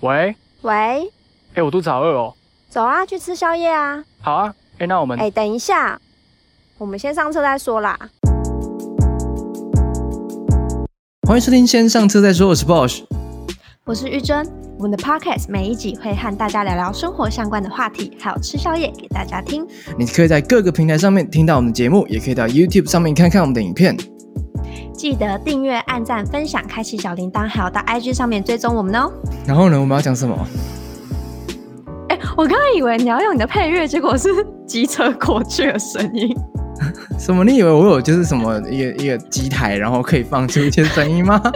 喂，喂，哎，我肚子好饿哦。走啊，去吃宵夜啊！好啊，哎，那我们哎、等一下，我们先上车再说啦。欢迎收听先上车再说，我是 Bosch。我是玉珍，我们的 podcast 每一集会和大家聊聊生活相关的话题，还有吃宵夜给大家听。你可以在各个平台上面听到我们的节目，也可以到 YouTube 上面看看我们的影片。记得订阅、按赞、分享、开启小铃铛，还有到 IG 上面追踪我们哦。然后呢，我们要讲什么？哎、我刚刚以为你要用你的配乐，结果是机车过去的声音。什么？你以为我有就是什么一个一个机台，然后可以放出一些声音吗？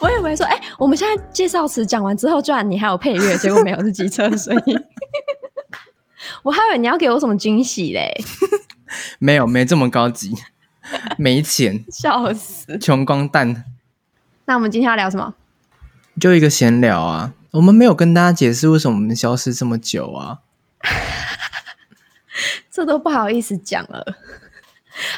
我以为说，哎、我们现在介绍词讲完之后，居然你还有配乐，结果没有，是机车的声 音。我还以为你要给我什么惊喜嘞，没有，没这么高级，没钱，笑死！穷光蛋，那我们今天要聊什么？就一个闲聊啊。我们没有跟大家解释为什么我们消失这么久啊。这都不好意思讲了。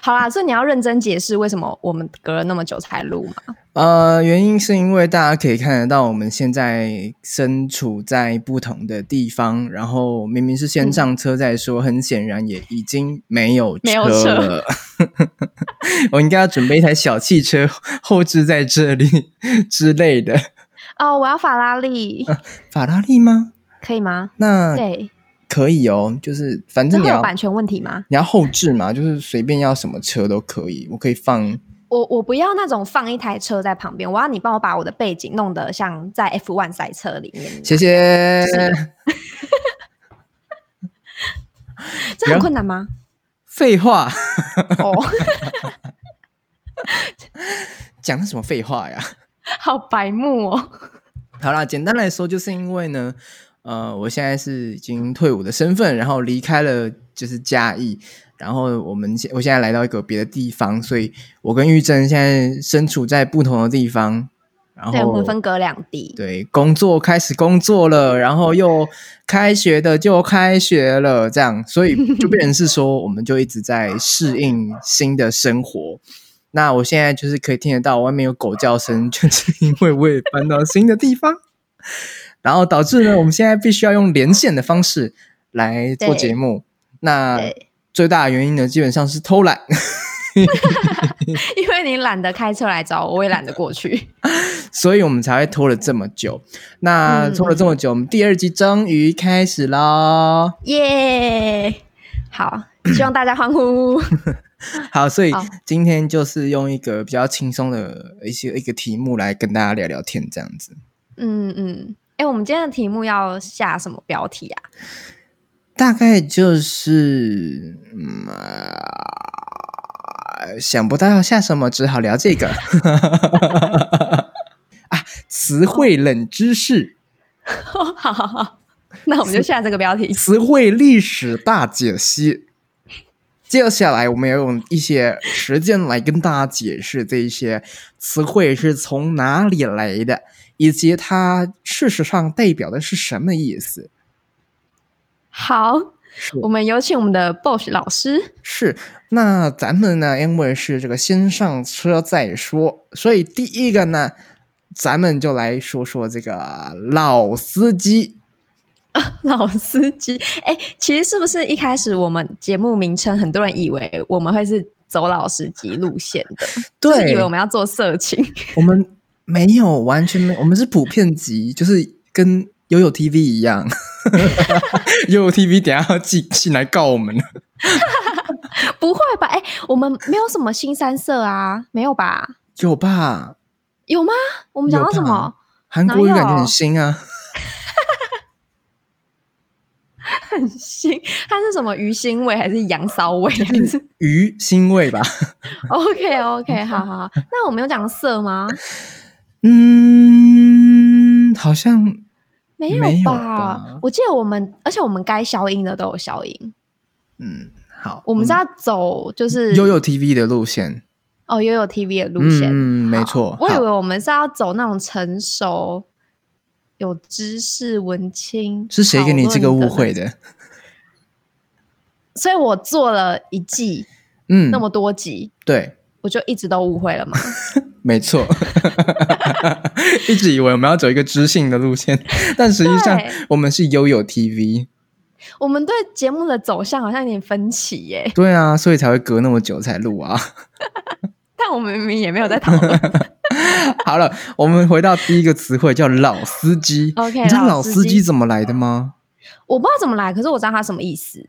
好啦，所以你要认真解释为什么我们隔了那么久才录嘛？呃，原因是因为大家可以看得到，我们现在身处在不同的地方，然后明明是先上车再说，很显然也已经没有没有车车了。 我应该要准备一台小汽车后置在这里之类的，哦，我要法拉利，法拉利吗？ 可以吗？那对，可以哦，就是反这正你会有要版权问题吗？你要后置嘛，就是随便要什么车都可以，我可以放我我不要那种放一台车在旁边，我要你帮我把我的背景弄得像在 F1 赛车里面一样，谢谢。这很困难 吗？废话，哦，讲的什么废话呀？好白目哦。好啦，简单来说，就是因为呢，呃，我现在是已经退伍的身份，然后离开了就是嘉义，然后我们现我现在来到一个别的地方，所以我跟玉珍现在身处在不同的地方，然 对，我后们分隔两地。哦对工作开始工作了，然后又开学的就开学了，这样，所以就变成是说，我们就一直在适应新的生活。那我现在就是可以听得到外面有狗叫声，就是因为我也搬到新的地方，然后导致呢，我们现在必须要用连线的方式来做节目。那对，最大的原因呢，基本上是偷懒。 因为你懒得开车来找我，我也懒得过去。所以我们才会拖了这么久。那嗯拖了这么久，我们第二季终于开始喽。 耶、好，希望大家欢呼。好，所以好今天就是用一个比较轻松的一些一个题目来跟大家聊聊天，这样子。嗯嗯，哎、我们今天的题目要下什么标题啊？大概就是，嗯，啊想不到要下什么，只好聊这个 啊，词汇冷知识， 好好好，那我们就下这个标题。词汇历史大解析。接下来，我们要用一些时间来跟大家解释这一些词汇是从哪里来的，以及它事实上代表的是什么意思。 好，是我们有请我们的 Bosch 老师。 是，那咱们呢，因为是这个先上车再说，所以第一个呢，咱们就来说说这个老司机。老司机，哎、其实是不是一开始我们节目名称，很多人以为我们会是走老司机路线 的，就对，是以为我们要做色情。 我们没有完全没有，我们是普遍级，就是跟悠悠 TV 一样。悠悠 TV 等一下要进进来告我们了。不会吧？哎、我们没有什么新三色啊，没有吧？有吧？有吗？我们讲到什有吧么？韩国语哪有感觉很新啊，很腥，它是什么鱼腥味还是羊骚味？还是鱼腥味吧？ OK OK，好好好。那我们有讲色吗？嗯，好像没没有吧？吧我记得我们，而且我们该消音的都有消音。嗯好。我们是要走就是嗯悠悠 TV 的路线，哦悠悠 TV 的路线，嗯，没好错。我以好为我们是要走那种成熟、有知识、文青。是谁给你这个误讨论会的的？那？所以我做了一季嗯，那么多集，对，我就一直都误会了嘛。没错， 一直以为我们要走一个知性的路线，但实际上对我们是悠悠 TV。我们对节目的走向好像有点分歧耶、 对啊，所以才会隔那么久才录啊。 但我们明明也没有在讨论。好了，我们回到第一个词汇叫老司机。 OK，你知道老老司司机机怎么来的吗？我不知道怎么来，可是我知道它什么意思。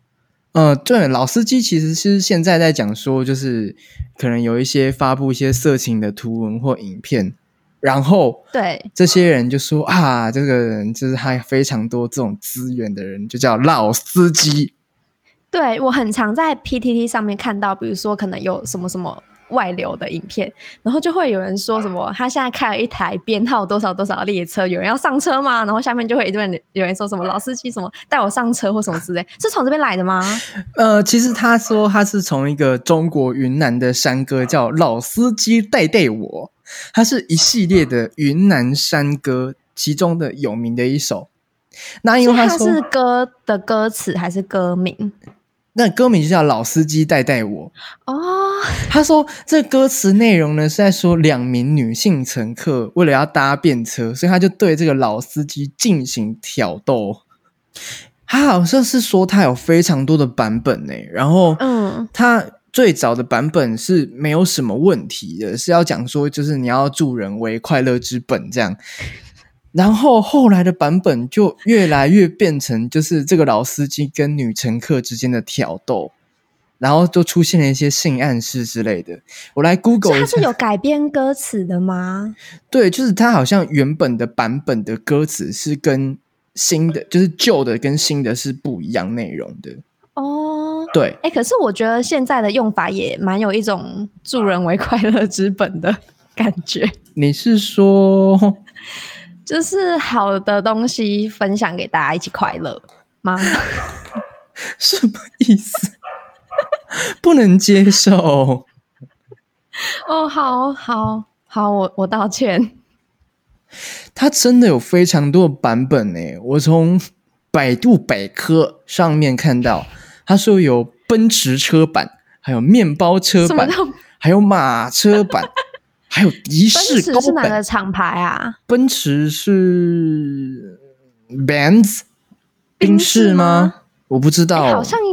呃，对，老司机其实是现在在讲说，就是可能有一些发布一些色情的图文或影片，然后对，这些人就说啊，这个人就是他非常多这种资源的人，就叫老司机。对我很常在 PTT 上面看到，比如说可能有什么什么外流的影片，然后就会有人说什么他现在开了一台编号多少多少的列车，有人要上车吗？然后下面就会一堆人有人说什么老司机什么带我上车或什么之类，是从这边来的吗？呃，其实他说他是从一个中国云南的山歌叫《老司机带带我》，它是一系列的云南山歌其中的有名的一首。那因所为以他它说是歌的歌词还是歌名？那歌名就叫《老司机带带我》，哦，他说这歌词内容呢是在说两名女性乘客为了要搭便车，所以他就对这个老司机进行挑逗。他好像是说他有非常多的版本呢、然后嗯，他最早的版本是没有什么问题的，是要讲说就是你要助人为快乐之本这样。然后后来的版本就越来越变成就是这个老司机跟女乘客之间的挑逗，然后就出现了一些性暗示之类的。我来 Google 所以一它是下，有改编歌词的吗？对，就是他好像原本的版本的歌词是跟新的，就是旧的跟新的是不一样内容的。哦，对，哎、可是我觉得现在的用法也蛮有一种助人为快乐之本的感觉，你是说就是好的东西分享给大家一起快乐吗？什么意思？ 不能接受。 哦，好好好，我我道歉。它真的有非常多的版本呢。我从百度百科上面看到，他说有奔驰车版，还有面包车什么版，叫还有马车版，还有的奔士驰高是哪版。个厂牌啊？奔驰是 Benz，宾宾士士吗吗？我不知道诶哦，好像有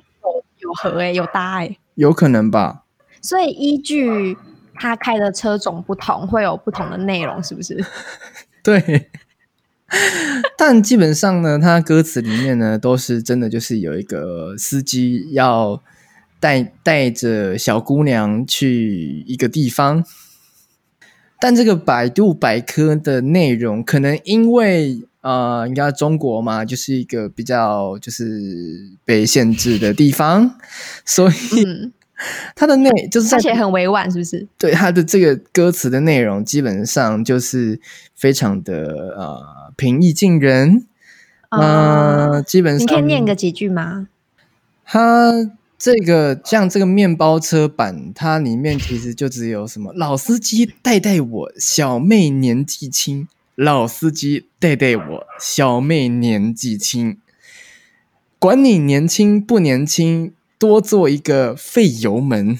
有合哎、有搭哎、有可能吧。所以依据他开的车种不同，会有不同的内容，是不是？对，但基本上呢，它歌词里面呢都是真的，就是有一个司机要带带着小姑娘去一个地方，但这个百度百科的内容可能因为。呃，你看中国嘛，就是一个比较就是被限制的地方，所以嗯，它的内就是在而且很委婉，是不是？对它的这个歌词的内容，基本上就是非常的呃平易近人。呃，啊基本上你可以念个几句吗？它这个像这个面包车版，它里面其实就只有什么老司机带带我，小妹年纪轻，老司机带带我，小妹年纪轻，管你年轻不年轻，多做一个废油门。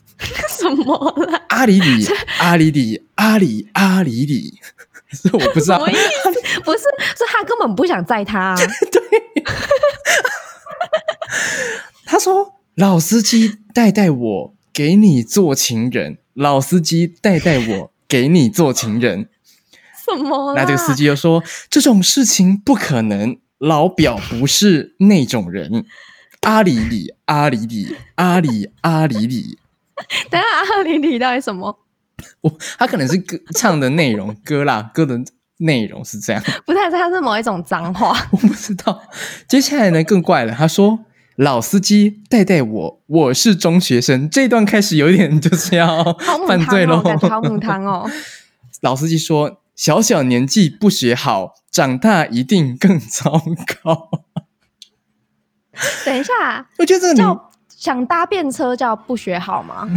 什么啦？阿里里，阿里里，阿里阿里里， 这我不知什道么意。思？不是，是他根本不想载他 啊、他说：“老司机带带我，给你做情人。”老司机带带我，给你做情人。什么啦？那这个司机又说：“这种事情不可能，老表不是那种人。”阿里里，阿里里，阿里阿里里，等一下阿里里到底什么？我他可能是歌唱的内容歌啦，歌的内容是这样。不太，他是某一种脏话。 我不知道。接下来呢更怪了，他说：“老司机带带我，我是中学生。”这一段开始有一点就是 要好母犯罪汤喽哦，。感觉好母汤 哦。老司机说：“小小年纪不学好，长大一定更糟糕。等一下”，我觉得这个女叫想搭便车叫不学好吗？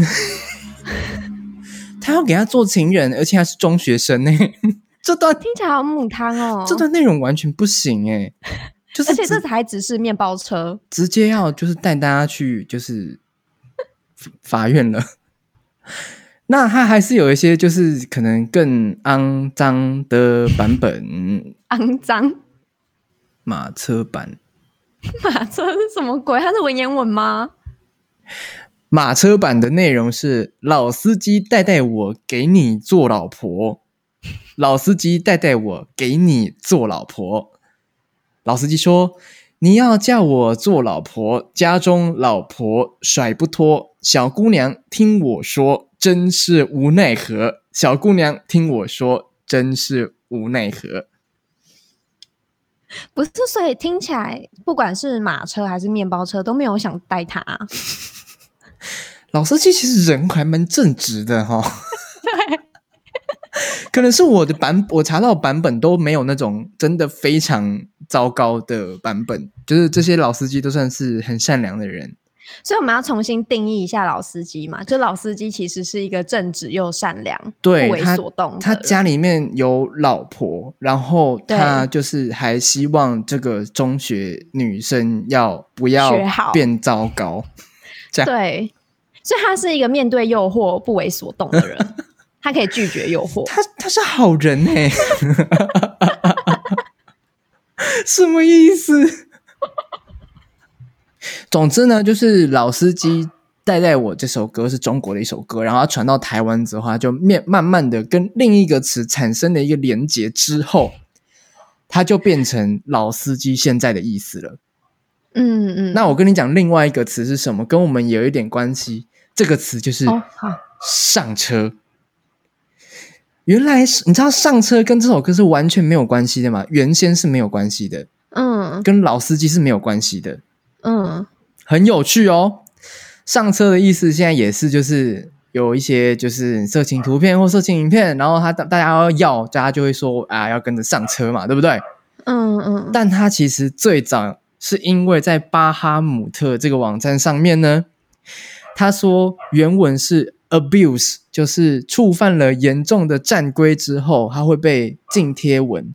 他要给他做情人，而且他是中学生呢、 这段听起来好母汤哦。这段内容完全不行哎、就是而且这直才只是面包车，直接要就是带大家去就是法法院了。那它还是有一些就是可能更肮脏的版本，肮脏马车版、马车是什么鬼？它是文言文吗？马车版的内容是老司机带带我给你做老婆，老司机带带我给你做老婆。老司机说：“你要叫我做老婆，家中老婆甩不脱。小姑娘听我说，真是无奈何。小姑娘听我说，真是无奈何。不是，所以听起来不管是马车还是面包车都没有想带它、啊。”老司机其实人还蛮正直的哈、 可能是我的版，我查到的版本都没有那种真的非常糟糕的版本，就是这些老司机都算是很善良的人。所以我们要重新定义一下老司机嘛，就老司机其实是一个正直又善良、对不为他所动他的人家里面有老婆，然后对他就是还希望这个中学女生要不要学好变糟糕。对，所以他是一个面对诱惑不为所动的 人，他可以拒绝诱惑。他他是好人哎、什么意思？总之呢，就是老司机带带我这首歌是中国的一首歌，然后它传到台湾之后，它就面慢慢的跟另一个词产生了一个连结之后，它就变成老司机现在的意思了。嗯嗯，那我跟你讲，另外一个词是什么，跟我们有一点关系。这个词就是哦好，上车。原来是你知道上车跟这首歌是完全没有关系的嘛？原先是没有关系的，嗯跟老司机是没有关系的，嗯，很有趣哦。上车的意思现在也是就是有一些就是色情图片或色情影片，然后他大大家要要，大家就会说啊要跟着上车嘛，对不对？嗯嗯，但它其实最早是因为在巴哈姆特这个网站上面呢，他说原文是 abuse，就是触犯了严重的战规之后，它会被禁贴文。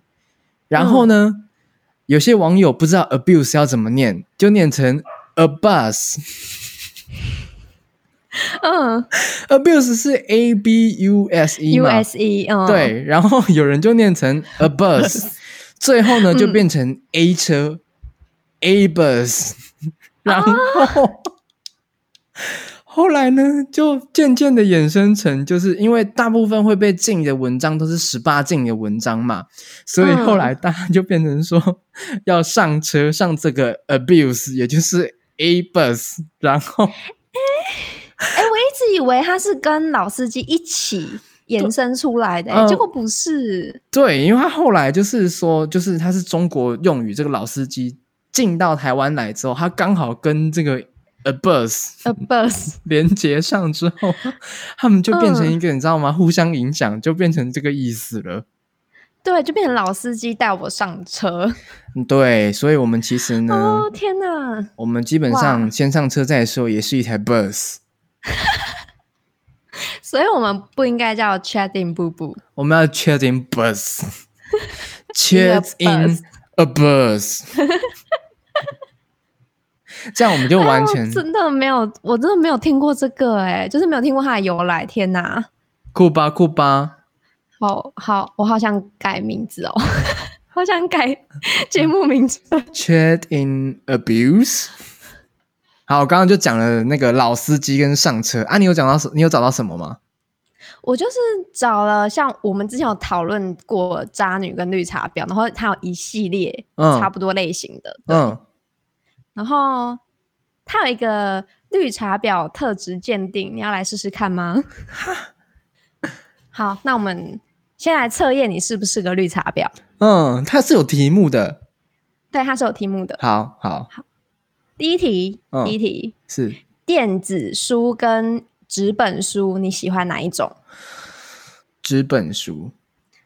然后呢，有些网友不知道 abuse 要怎么念，就念成 abuse。嗯 abuse 是 a b u s e ，U 嘛 S E，嗯，，对，然后有人就念成 a bus，最后呢就变成 a 车、a bus，然 后、 后来呢就渐渐的衍生成，就是因为大部分会被禁的文章都是十八禁的文章嘛，所以后来大家就变成说要上车上这个 abuse，也就是 a bus，然后哎，我一直以为他是跟老司机一起延伸出来的、呃结果不是。对，因为他后来就是说，就是他是中国用语，这个老司机进到台湾来之后，他刚好跟这个 a bus A bus，连接上之后，他们就变嗯成一个、你知道吗？互相影响，就变成这个意思了。对，就变成老司机带我上车。嗯对，所以我们其实呢，哦天哪，我们基本上哇先上车再说，也是一台 bus。所以我们不应该叫 Chat in 布布。我们要 check in bus，check In a in a bus，这样我们就完全、哎真的没有，我真的没有听过这个哎、就是没有听过它的由来。天哪，酷吧酷吧。好好，我好想改名字哦， 好想 改节目名字。 Chat in abuse。好，我刚刚就讲了那个老司机跟上车啊，你有讲到什？你有找到什么吗？ 我就是找了像我们之前有讨论过渣女跟绿茶婊，然后它有一系列嗯差不多类型的，嗯，然后它有一个绿茶婊特质鉴定，你要来试试看 吗？好，那我们先来测验你是不是个绿茶婊。嗯，它是有题目的。对，它是有题目的。好好第一题，嗯第一题，是电子书跟纸本书，你喜欢哪一种？纸本书，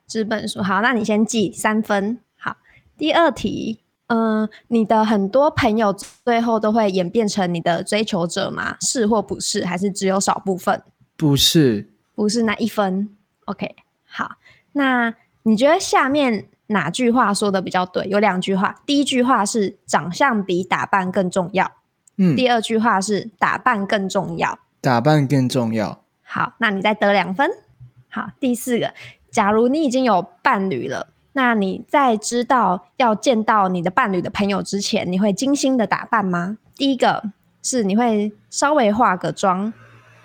纸本书，好，那你先记三分。好，第二题，嗯、你的很多朋友最后都会演变成你的追求者吗？是或不是，还是只有少部分？不是不是那一分。OK，好，那你觉得下面哪句话说的比较对？有两句话，第一句话是长相比打扮更重要，嗯，第二句话是打扮更重要。打扮更重要。好，那你再得两分。好，第四个，假如你已经有伴侣了，那你在知道要见到你的伴侣的朋友之前，你会精心的打扮吗？第一个是你会稍微化个妆，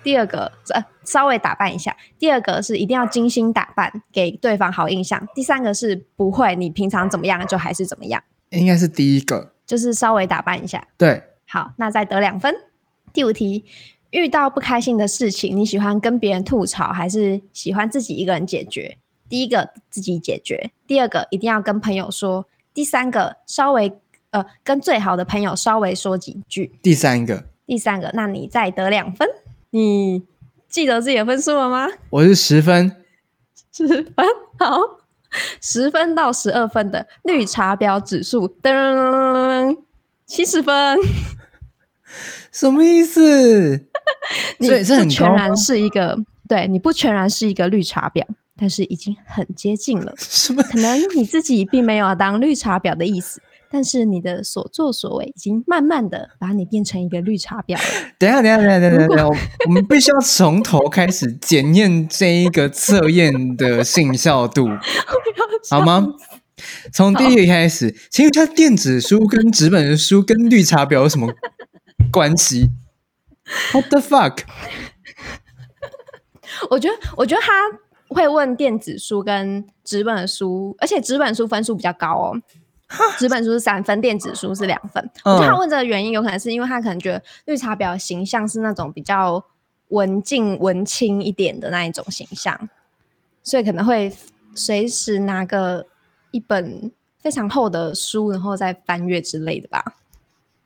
第二个呃稍微打扮一下，第二个是一定要精心打扮，给对方好印象，第三个是不会，你平常怎么样就还是怎么样，应该是第一个。就是稍微打扮一下。对，好，那再得两分。第五题，遇到不开心的事情，你喜欢跟别人吐槽，还是喜欢自己一个人解决？第一个自己解决，第二个一定要跟朋友说，第三个稍微呃跟最好的朋友稍微说几句。第三个，第三个，那你再得两分。你记得自己的分数了吗？我是十分。十分好，十分到十二分的绿茶婊指数，噔，七十分。什么意思？ 你所以这不很高全吗然是一个，对，你不全然是一个绿茶婊，但是已经很接近了。什么？可能你自己并没有要当绿茶婊的意思，但是你的所作所为已经慢慢的把你变成一个绿茶婊了。等一下，等一下，等一下，等一下，如等果一下，我我们必须要从头开始检验这一个测验的信效 度，好吗？从第一个开始，请问一下，电子书跟纸本书跟绿茶婊有什么 关系？What the fuck？我觉得，我觉得他会问电子书跟纸本书，而且纸本书分数比较高哦。纸本书是三分，电子书是两分。我觉得他嗯问这个原因，有可能是因为他可能觉得绿茶婊的形象是那种比较文静、文青一点的那一种形象，所以可能会随时拿个一本非常厚的书，然后再翻阅之类的吧。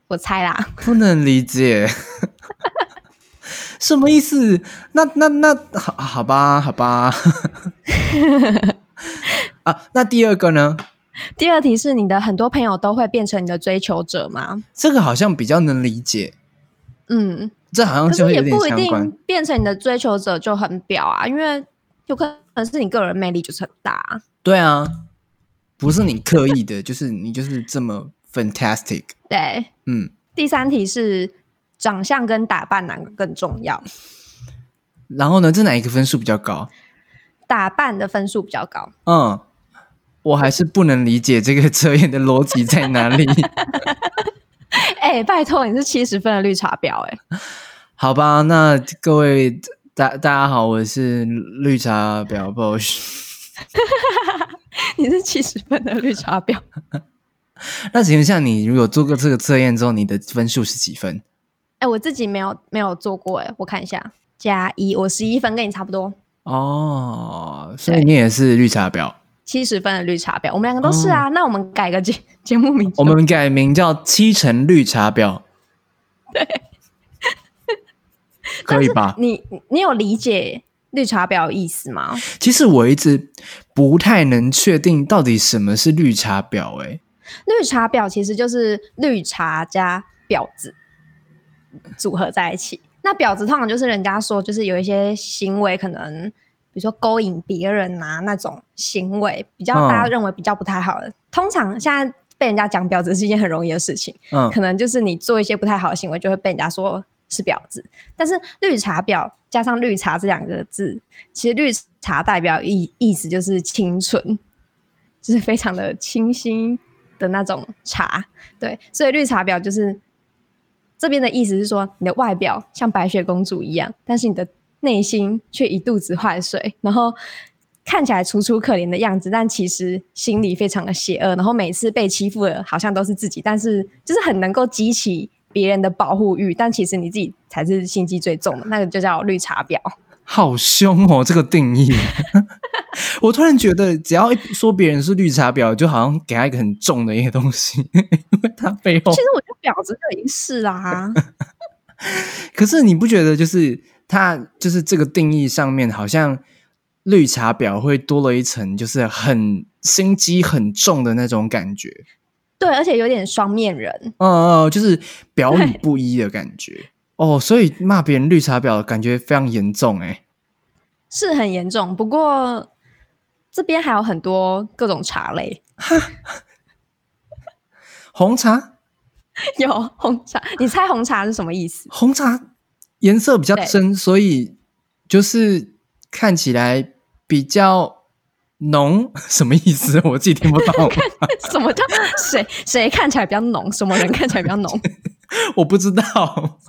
我猜啦。 不能理解， 什么意思？那那那好好吧，好吧。啊，那第二个呢？第二题是你的很多朋友都会变成你的追求者吗？这个好像比较能理解，嗯，这好像可就是会也有点不一相关定。变成你的追求者就很婊啊，因为有可能是你个人魅力就是很大啊、对啊，不是你刻意的， 就是你就是这么 fantastic。对，嗯，第三题是长相跟打扮哪个更重要？然后呢，这哪一个分数比较高？打扮的分数比较高。嗯，我还是不能理解这个测验的逻辑在哪 里。哎、拜托，你是七十分的绿茶婊哎、好吧，那各位大大家好，我是绿茶婊 Bosch。你是七十分的绿茶婊。 那请问一下，你如果做过这个测验之后，你的分数是几分？哎、我自己没有没有做过哎、我看一下，加一，我十一分，跟你差不多，哦，所以你也是绿茶婊。七十分的绿茶婊，我们两个都是啊。那我们改个节节目名称，哦我们改名叫七成绿茶婊，对，可以吧？你你有理解绿茶婊的意思吗？其实我一直不太能确定到底什么是绿茶婊、欸，绿茶婊其实就是绿茶加婊子组合在一起。那婊子通常就是人家说，就是有一些行为可能，比如说勾引别人啊那种行为，比较嗯大家认为比较不太好的。通常现在被人家讲婊子是一件很容易的事情，嗯可能就是你做一些不太好的行为，就会被人家说是婊子。但是绿茶婊加上绿茶这两个字，其实绿茶代表意意思就是清纯，就是非常的清新的那种茶。对，所以绿茶婊就是这边的意思是说，你的外表像白雪公主一样，但是你的内心却一肚子坏水，然后。看起来楚楚可怜的样子，但其实心里非常的邪恶。然后每次被欺负的，好像都是自己，但是就是很能够激起别人的保护欲，但其实你自己才是心机最重的，那个就叫绿茶婊。好凶哦，这个定义。我突然觉得，只要一说别人是绿茶婊，就好像给他一个很重的一个东西， 因为他背后其实我觉得婊子就已经是啦、可是你不觉得就是它就是这个定义上面好像绿茶婊会多了一层，就是很心机很重的那种感觉，对，而且有点双面人。嗯嗯，嗯就是表里不一的感觉。哦，所以骂别人绿茶婊感觉非常严重哎、是很严重，不过这边还有很多各种茶类，红茶， 有红茶。你猜红茶是什么意思？ 红茶颜色比较对深，所以就是看起来比较浓， 什么意思？我自己听不懂，什么叫谁谁看起来比较浓，什么人看起来比较浓， 我不知道。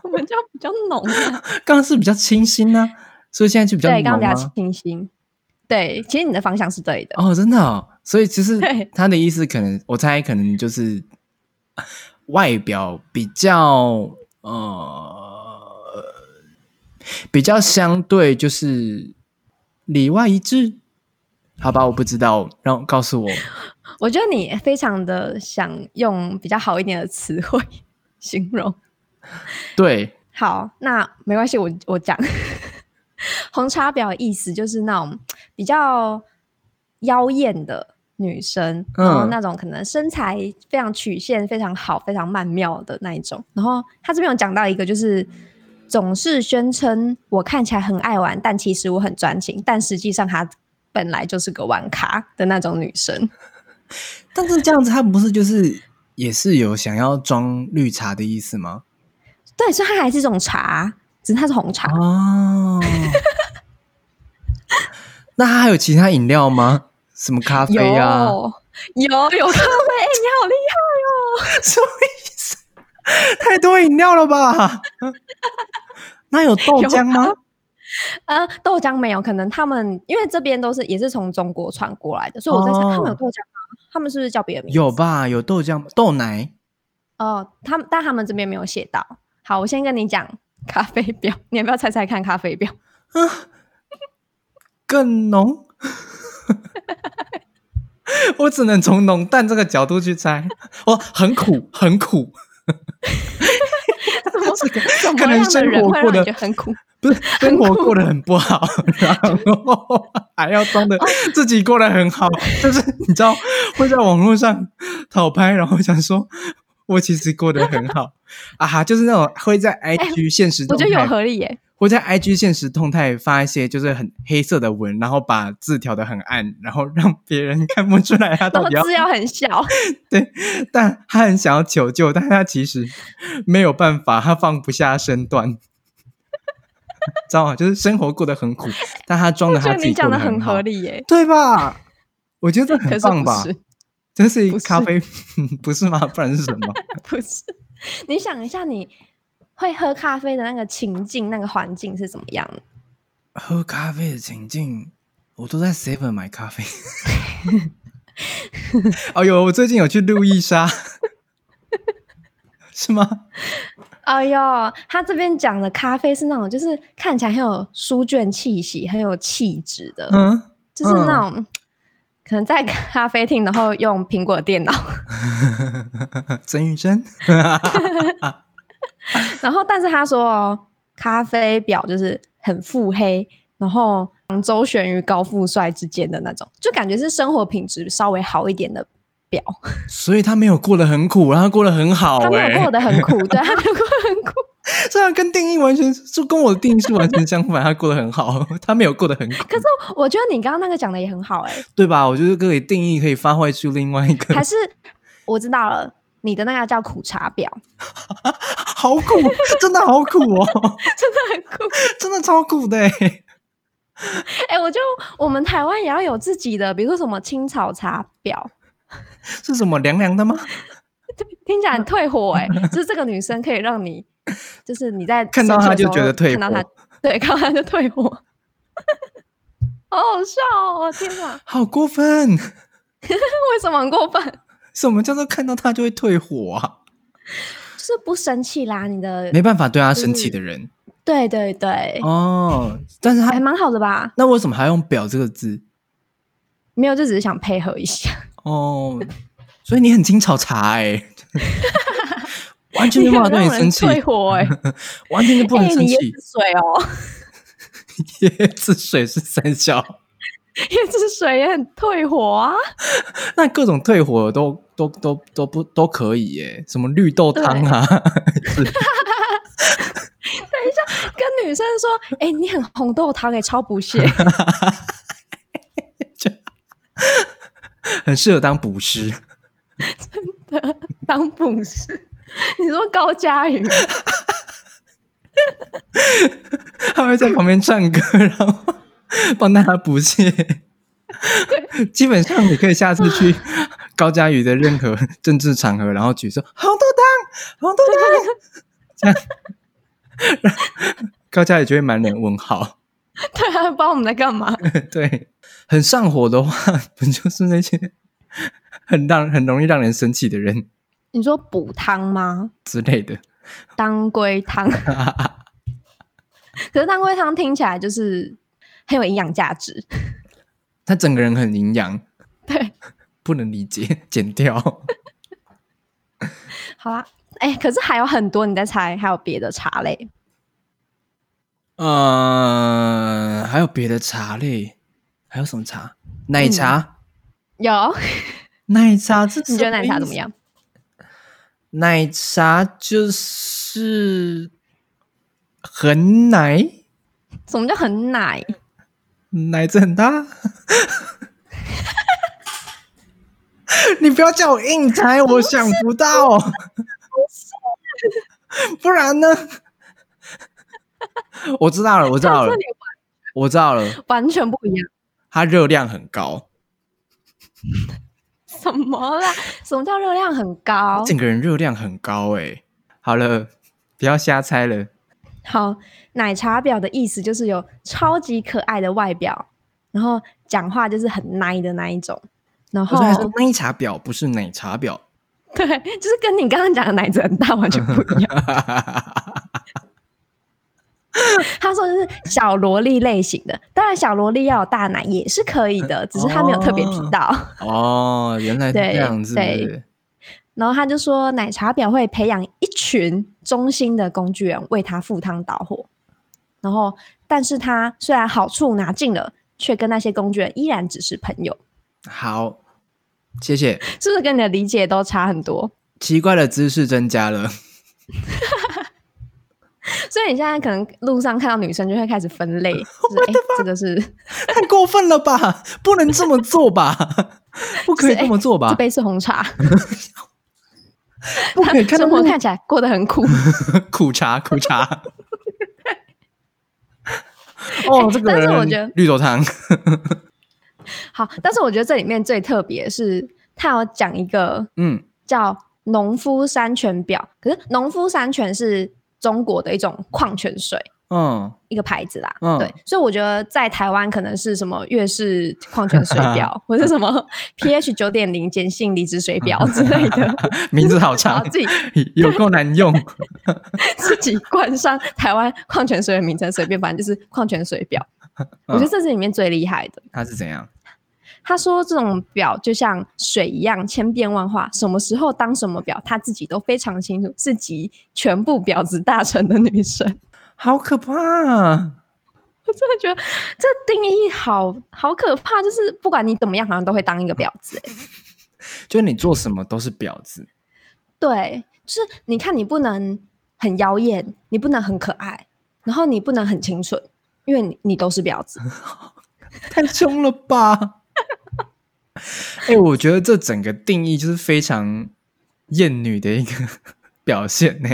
什么叫比较浓啊？刚刚是比较清新呢、所以现在 就比较对，刚刚浓比较吗？清新。对，其实你的方向是对的。哦，真的、哦，所以其实对他的意思可能，我猜可能就是外表比较呃比较相对就是里外一致，好吧，我不知道，让告诉 我，我觉得你非常的想用比较好一点的词汇 形容。对，好，那没关系，我我讲。 红茶婊的意思就是那种比较妖艳的女生，然后嗯那种可能身材非常曲线非常好、非常曼妙的那一种。然后他这边有讲到一个，就是总是宣称我看起来很爱玩，但其实我很专情，但实际上她本来就是个玩咖的那种女生。但是这样子他不是就是也是有想要装绿茶的意思吗？对，所以她还是一种茶，只是她是红茶。哦， 那他还有其他饮料吗？什么咖啡有啊呀、有有咖啡，你好厉害。什么意思？太多饮料了吧？那有豆浆吗有？啊呃，豆浆没有，可能他们因为这边都是也是从中国传过来的，所以我在想，他们有哦豆浆吗？他们是不是叫别的名字？有吧？有豆浆、豆奶。哦，他们但他们这边没有写到。好，我先跟你讲咖啡表，你要不要猜猜看咖啡表？ 啊，更浓。 我只能从浓淡这个角度去猜，哦，很苦，很苦，什么这个什么可能样的生人活会过让你得觉得很苦？不是生活过得很不好，然后还要 装哦的自己过得很好， 就是你知道会在网络上讨拍，然后想说我其实过得很好 啊哈，就是那种会在 IG 现实哎我动觉得有态，合理耶。会在 IG 现实动态发一些就是很黑色的文，然后把字调的很暗，然后让别人看不出来他然到后底要字要很小，对，但他很想要求救，但他其实没有办法，他放不下身段，知道吗？就是生活过得很苦，但他装的我觉他得自己你过讲得的很好合，理耶。对吧？我觉得这可很是棒不吧？是，这是一不个是咖啡，不是吗？不然是什么？不是。 你想一下，你会喝咖啡的那个情境、那个环境是怎么样的？喝咖啡的情境，我都在 Seven 买咖啡。哦呦，我最近有去路 易莎，是吗？哎呦，他这边讲的咖啡是那种，就是看起来很有书卷气息、很有气质的，嗯。就是那种、可能在咖啡厅，然后用苹果电脑， 曾玉珍，然后但是他说哦，咖啡婊就是很腹黑，然后周旋于高富帅之间的那种，就感觉是生活品质稍微好一点的婊，所以他没有过得很苦，然后过得很好、欸，他没有过得很苦，对，他没有过得很苦， 虽然跟定义完全就跟我的定义是完全相反，他过得很好， 他没有过得很苦，可是我觉得你刚刚那个讲的也很好、欸，对吧？我觉得可以定义可以发挥出另外一还个，是我知道了，你的那个叫苦茶婊， 好苦，真的好苦哦， 真的很苦。真的超苦的、欸。哎、我就我们台湾也要有自己的，比如说什么青草茶婊，是什么凉凉的吗？听起来很退火哎、就是这个女生可以让你，就是你在嗯看到生气她的就时候觉得退看到火她，对，看到她就退火，好好笑哦！我天哪，好过分！为什么很过分？就什么叫做看到他就会退火啊？是不生气啦，你的没办法对他生气的人对对对，哦，但是还他蛮好的吧？那为什么还要用“表”这个字？没有，就只是想配合一 下。哦，所以你很清炒茶哎、完全没 办法对让你人生气，退火哎、欸！完全 就不哎、能生你气。椰子水哦， 椰子水是三小，椰子水也很退火啊。那各种退火都都都都不都可以耶，什么绿豆汤啊，跟女生说：“哎、你很红豆汤哎、超补 血。 很适合当补师。 当补师，你说高佳宇吗？他会在旁边唱歌， 然后帮大家补血。基本上你可以下次去高佳宇的任何政治场合，然后举说红豆汤，红豆汤，这样，然后高佳宇就会满脸问号。对啊，不知道我们在干嘛。对，很上火的话，不就是那些很让很容易让人生气的人你说补汤吗？之类的？当归 汤，可是当归汤听起来就是很有营养价值。他整个人很营养，对，不能理解， 剪掉。好啦，哎、可是还有很多，你在猜还有别的茶类？呃，还有别的茶类，还有什么茶？奶茶，有，嗯奶茶这你觉得什奶茶怎么意思？样？奶茶就是很奶，什么叫很奶？奶子很大。 你不要叫我硬猜，我想不到。 不然呢？ 我知道了，我知道这了，里我知道了，完全不一样。它热量很高。什么啦？什么叫热量很高？整个人热量很高哎、好了，不要瞎猜了。好，奶茶婊的意思就是有超级可爱的外表，然后讲话就是很奶的那一种，然我后哦说还是奶茶婊，不是奶茶婊。 对，就是跟你刚刚讲的奶子很大完全不一 样。他说就是小萝莉类型的，当然小萝莉要有大奶也是可以的，只是他没有特别提到。哦，原来是对这样子。对然后他就说，奶茶婊会培养一群忠心的工具人为他赴汤蹈火。然后，但是他虽然好处拿尽了，却跟那些工具人依然只是朋友，好，谢谢。是不是跟你的理解都差很多？ 奇怪的知识增加了。 所以你现在可能路上看到女生就会开始分类，就是哎、诶这个是太过分了吧？不能这么 做吧？不可以是这么做这吧？杯是哎红茶， 不可以看到生活那看起来过得很苦。 种苦茶，苦茶。哦，这个哎但是我人觉得绿豆汤好，但是我觉得这里面最特别是，他有讲一个嗯叫农夫山泉表，可是农夫山泉是中国的一种矿泉水。嗯一个牌子啦，嗯对，所以我觉得在台湾可能是什么月氏矿泉水表， 或者什么 pH 九点零碱性离子水表之类的，名字好然 长后，自己有够难用。自己冠上台湾矿泉水的名称，随便反正就是矿泉水 表。我觉嗯得这是里面最厉害的。它是怎样？他说这种表就像水一样千变万化，什么时候当什么表，他自己都非常清楚，是集全部婊子大成的女神。 好可怕、啊！我真的觉得这定义好好可怕，就是不管你怎么样，好像都会当一个婊子、欸。就是你做什么都是婊 子，对，就是你看，你不能很妖艳，你不能很可爱，然后你不能很清纯，因为你你都是婊子。太凶了吧？ 哎、我觉得这整个定义就是非常厌女的一个 表现呢、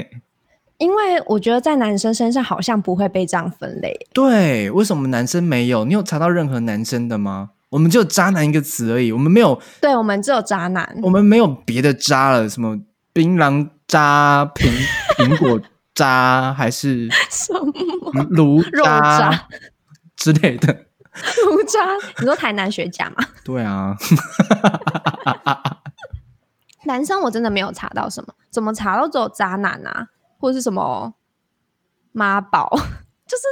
因为我觉得在男生身上好像不会被这样分类，对，为什么男生没有？你有查到任何男生的吗？我们就渣男一个词而已，我们没有，对我们只有渣男我。们没有别的渣了，什么槟榔渣、苹苹果渣，还是什么 炉肉渣之类的。毒渣？你说台南学甲嘛？对啊， 男生我真的没有查到什么，怎么查都只有渣男啊，或是什么妈宝， 就是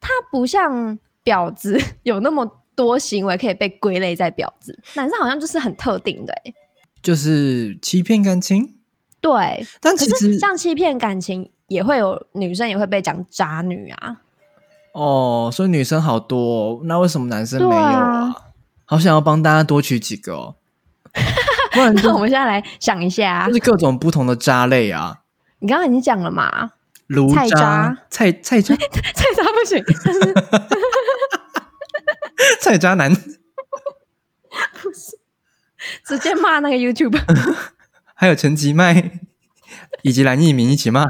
他不像婊子有那么多行为可以被归类在婊子，男生好像就是很特定的、欸。就是欺骗感情，对，但可其是实像欺骗感情也会有女生也会被讲渣女啊，哦，所以女生好多、哦，那为什么男生没有啊？对好想要帮大家多取几个哦，不然那就 我们现在来想一下啊就，是各种不同的渣类啊，你刚刚已经讲了 嘛，炉菜渣渣、菜菜渣、 菜渣不 行，但是菜渣男，直接骂那个 YouTube。还有陈吉麦以及蓝奕明一起骂，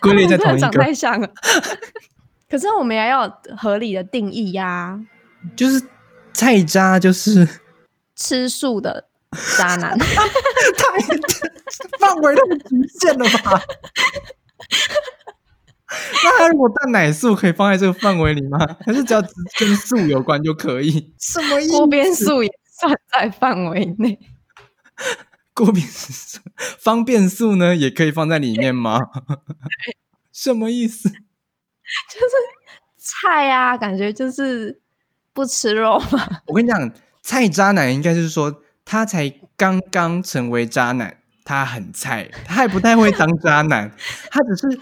归类在 同一长个，太像了。可是我们也要有合理的定义呀、就是菜渣，就是吃素的渣男， 太范围太局限了吧？ 那他如果蛋奶素可以放在这个范围里吗？还是只要只跟素有关就可以？什么意锅边素也算在范围内。锅边素、方便素呢，也可以放在里面吗？ 什么意思？菜啊，感觉就是不吃 肉嘛。我跟你讲，菜渣男应该是说他才刚刚成为渣男，他很菜，他还不太会当渣男，他只是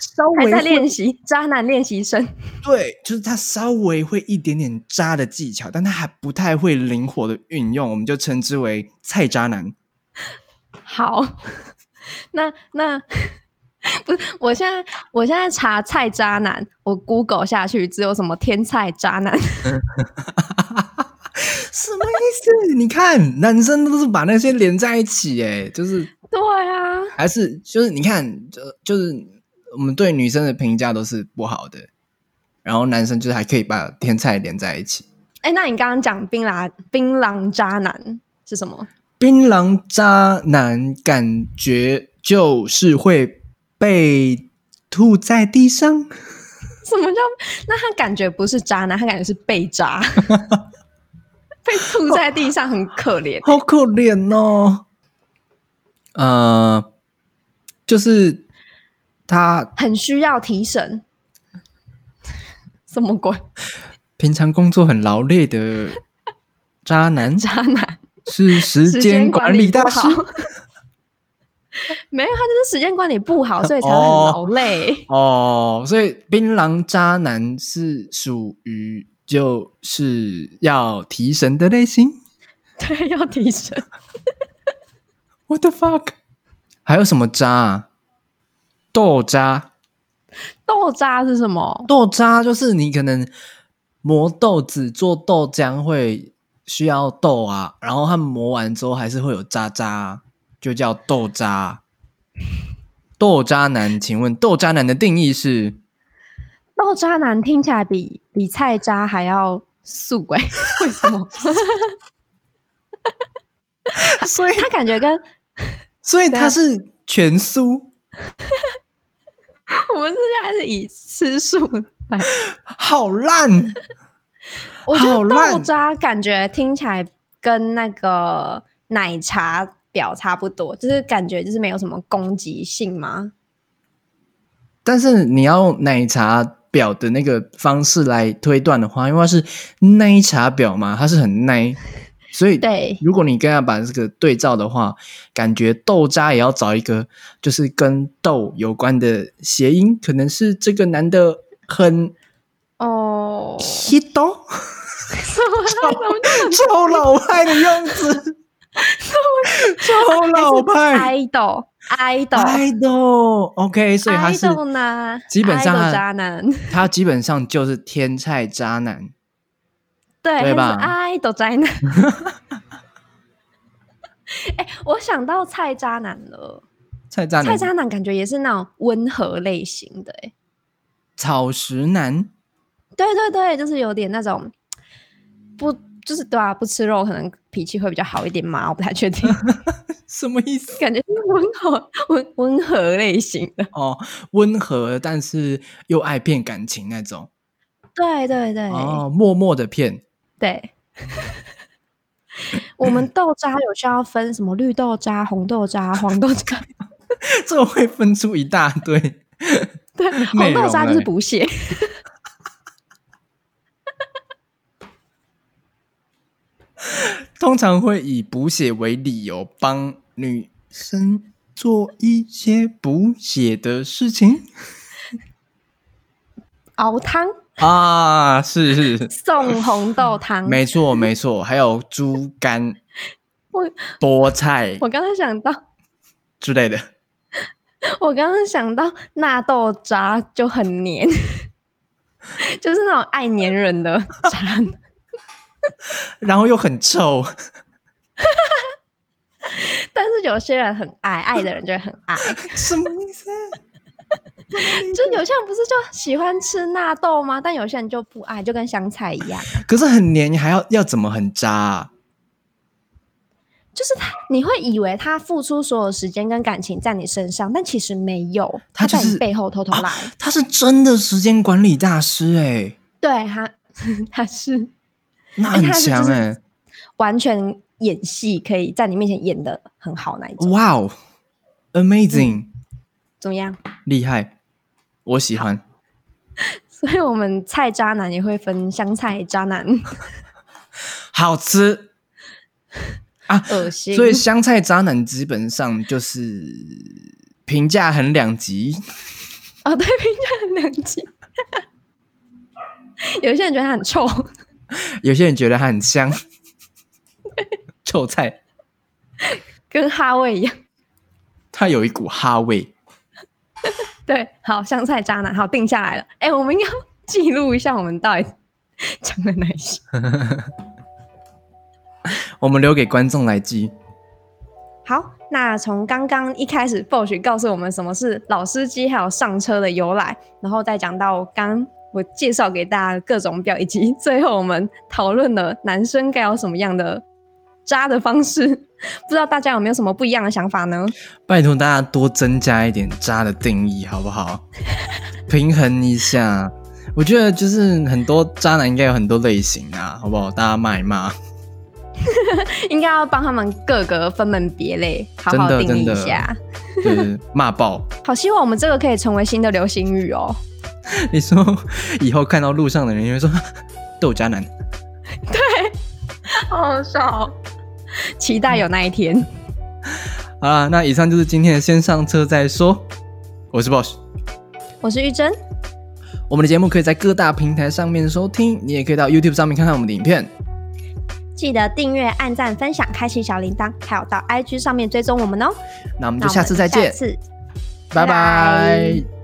稍还微在会练习渣男练习生，对，就是他稍微会一点点渣的技巧，但他还不太会灵活的运用，我们就称之为菜渣男。 好， 那那不是，我现在我现在查菜渣男，我 Google 下去只有什么天菜渣男，什么意思？你看，男生都是把那些连在一起，哎，就是对啊，还是就是你看，就就是我们对女生的评价都是不好的，然后男生就是还可以把天菜连在一起。哎，那你刚刚讲槟榔槟榔渣男是什么？槟榔渣男感觉就是会被吐在地上。什么叫？那他感觉不是渣男，他感觉是被 渣，被吐在地上，很可怜。好可怜哦。呃，就是他很需要提神。什么鬼？平常工作很劳累的渣 男，渣男？是时时间间管理大不师好。没有，他就是时间管理不好，所以才会很哦劳累。 哦。所以槟榔渣男是属于就是要提神的类型。对，要提神。 What the fuck？还有什么渣啊？豆渣，豆渣是什么？豆渣就是你可能磨豆子做豆浆会需要豆啊，然后它磨完之后还是会有渣渣，就叫豆渣。豆渣男，请问豆渣男的定义是？豆渣男听起来比比菜渣还要素哎、 为什么？所以，他感觉跟所以对啊他是全素， 我们现在是以吃素来好烂。 我觉好得烂豆渣感觉听起来跟那个奶茶婊差不多，就是感觉就是没有什么攻击性嘛。但是你要用奶茶婊的那个方式来推断的话，因为它是奶茶婊嘛，它是很奶，所以对如果你跟他把这个对照的话，感觉豆渣也要找一个就是跟豆有关的谐音，可能是这个男的很 哦，黑豆，什么啊什么超老派的样子，超老派。 idol idol 爱豆，OK，所以他是 idol 呢？基本上 idol 他啊渣男，他基本上就是天菜渣男。对对，吧他是 idol 宅男。哎、我想到菜渣男了。菜渣菜男，渣男感觉也是那种温和类型的、欸，草食男，对对对，就是有点那种不，就是对啊，不吃肉可能脾气会比较好一点嘛，我不太确 定，什么意思？感觉是温和温温和类型的。哦，温和但是又爱骗感情那种，对对对、哦，默默的骗。 对。我们豆渣有需要分什么绿豆渣、红豆渣、黄豆渣？ 这个会分出一大堆。对，内红豆容渣就是欸补 血。通常会以补血为理由，帮女生做一些补血的事情熬汤啊，是是，送红豆汤。没错没错，还有猪肝、我菠菜我刚刚想到， 之类的。我刚刚想到纳豆渣就很黏， 就是那种爱黏人的渣男。 然后又很臭，但是有些人很爱，爱的人就会很爱。什么意思？就有些人不是就喜欢吃纳豆吗？但有些人就不爱，就跟香菜一样。可是很黏，你还要要怎么很渣、啊？就是他，你会以为他付出所有时间跟感情在你身上，但其实没有，他就在是你背后偷偷啊来。他是真的时间管理大师哎、对他， 他是那哎很他是就强是哎、完全演戏，可以在你面前演的很好那一种。哇哦，amazing，嗯怎么样？ 厉、害，我喜欢。所以我们菜渣男也会分香菜渣 男，好吃啊！恶心。所以香菜渣男基本上就是评价很两极，哦，对，评价很两极。 有些人觉得他很臭， 有些人觉得它很香，臭菜跟哈味一样。它有一股哈味。对，好，香菜渣男，好定下来了。哎，我们应该要记录一下我们到底讲了哪一些。我们留给观众来记。好，那从刚刚一开始 b o s h 告诉我们什么是老司机，还有上车的由来，然后再讲到刚我介绍给大家的各种表，以及最后我们讨论了男生该有什么样的渣的方式。 不知道大家有没有什么不一样的想法呢？拜托大家多增加一点渣的定义，好 不好？平衡一下。我觉得就是很多渣男应该有很多类型啊，好不好？大家骂一骂，应该要帮他们各个分门别类，好好真的定义一真的下。就是骂爆。 好，希望我们这个可以成为新的流行语哦。你说以后看到路上的人，你会说 豆渣男。 好笑、哦期待有那一天。好啦，那以上就是今天的先上车再说。我是 Boss，我是玉珍，我们的节目可以在各大平台上面收听，你也可以到 YouTube 上面看看我们的影片。记得订阅、按赞、分享、开启小铃铛，还有到 IG 上面追踪我们哦。那我们那就我下们次再见，下次拜拜拜拜